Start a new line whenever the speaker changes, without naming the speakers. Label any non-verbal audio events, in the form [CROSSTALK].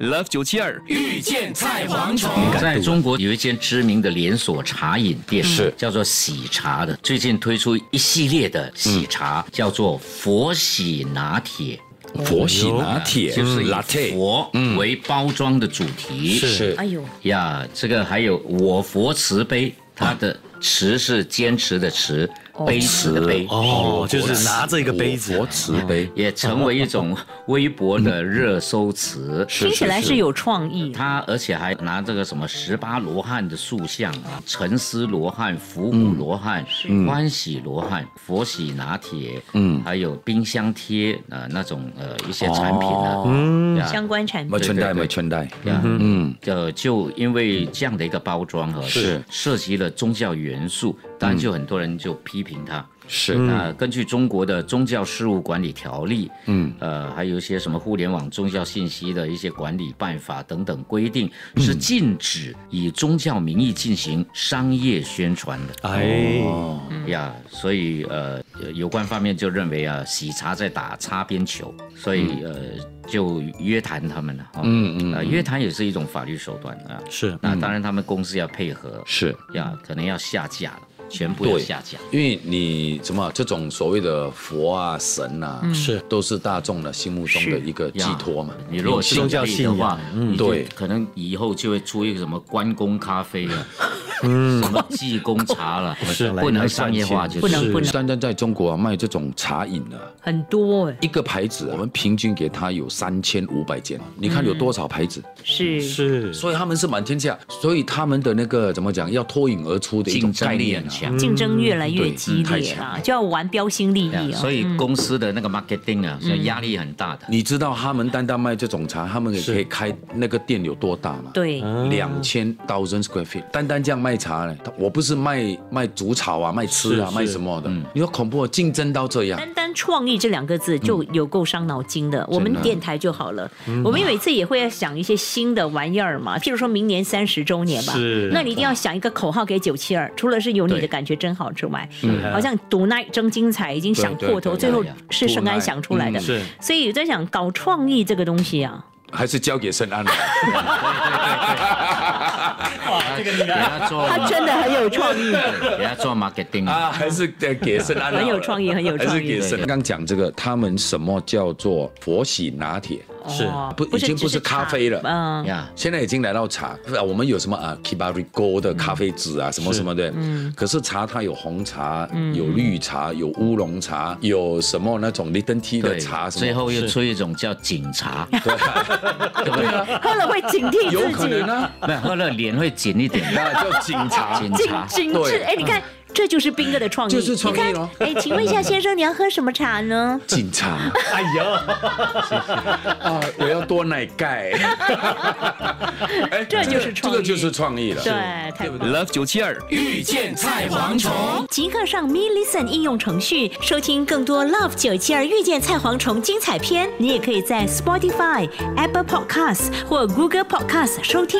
Love 九七二遇见菜蝗虫，
啊
在中国有一间知名的连锁茶饮店，
是
叫做喜茶的，最近推出一系列的喜茶，
嗯
叫做佛喜拿铁。
佛系嗯拿铁
就是以
latte，
佛为包装的主题，
是
哎呦，
呀，这个还有我佛慈悲，它的慈是坚持的慈，杯子的杯，
哦，就是拿着一个杯子，
佛慈悲，
也成为一
[LAUGHS]
种微博的热搜词。
是
听起来是有创意。
他而且还拿这个什么十八罗汉的塑像啊，沉思罗汉、伏虎罗汉、欢喜罗汉、佛喜拿铁，嗯，还有冰箱贴呃那种呃一些产品啊，嗯，
相关产
没
品，
穿戴
对嗯对
没穿戴，
嗯，呃，就因为这样的一个包装和
是
涉及了宗教元素，当然就很多人就批评它。
是
那根据中国的宗教事务管理条例，嗯，呃，还有一些什么互联网宗教信息的一些管理办法等等规定，是禁止以宗教名义进行商业宣传的。
哎，
哦呀，所以呃，有关方面就认为啊，喜茶在打擦边球，所以、呃，就约谈他们了。嗯嗯，呃，约谈也是一种法律手段啊。
是
那当然，他们公司要配合，
是。
呀，可能要下架了，全部要
对
下架。
因为你怎么这种所谓的佛啊神啊，
是
都是大众的心目中的一个寄
嗯呀
托嘛。
你如果是
宗教
可以
信
的话，你就
对
可能以后就会出一个什么关公咖啡啊，什么济公茶了，
是
不能商业化，就是
不能不能
单单在中国啊，卖这种茶饮啊，
很多哎，
一个牌
嗯
子啊、我们平均给它有三千五百件，你看有多少牌子？
嗯
是
是
所以他们是满天下，所以他们的那个怎么讲，要脱颖而出的一种
竞
概
争力
念
很
啊。
强。
竞争越来越
对
激
太
烈
强
了，就要玩标新立
对
异
啊
啊。嗯
所以公司的那个 marketing 啊，是压力很大的。
你知道他们单单卖这种茶，他们也可以开那个店有多大吗？，
对，
两千 thousand square feet，单单这样卖茶呢，我不是卖卖煮草啊，卖吃啊，
是是
卖什么的？
嗯
你说恐怖哦，竞争到这样，
单单“创意”这两个字就有够伤脑筋的。我们电台就好了，我们每次也会想一些新的玩意儿嘛，譬如说明年三十周年吧
是，
那你一定要想一个口号给九七二，除了是有你的
对
感觉真好之外，嗯好像赌那真精彩已经想破头，
对对对
最后
哎呀
是盛安想出来的
嗯。
是
所以我在想，搞创意这个东西啊，
还是交给盛安了。
嗯哇，这个你要做，
它真的很有创
[LAUGHS]
意，
你要做 marketing 啊。
啊，还是得给圣安
很有创意很有创意
还是给圣。刚刚讲这个，他们什么叫做佛喜拿铁？
是
哦
不已经
只
不是咖啡了
嗯，
呀，
现在已经来到茶，不是啊我们有什么啊，Kibarigo 的咖啡籽啊，什么什么的。嗯。可是茶它有红茶，
嗯
有绿茶，有乌龙茶，有什么那种 Little Tea 的
对，
茶什么。
最
[LAUGHS]
后又出一种叫警察，
[LAUGHS]
对不对？
喝了会警惕
有
自
可
己
能。啊，
那喝了脸会紧一点，
[LAUGHS] 那叫警察。
警
精
察。
精致。
对嗯
哎，你看，这就是斌哥的创意，
就是创意
你看
咯
哎，请问一下先生，你要喝什么茶呢？
警察
哎呀，
啊！我要多奶盖。
[LAUGHS]
哎
这就是
这
创
个
意
就是创意了。
对，太棒了。
Love 九七二遇见菜蝗虫。
即刻上 Me Listen 应用程序收听更多 Love 九七二遇见菜蝗虫精彩片。你也可以在 Spotify、Apple Podcasts 或 Google Podcasts 收听。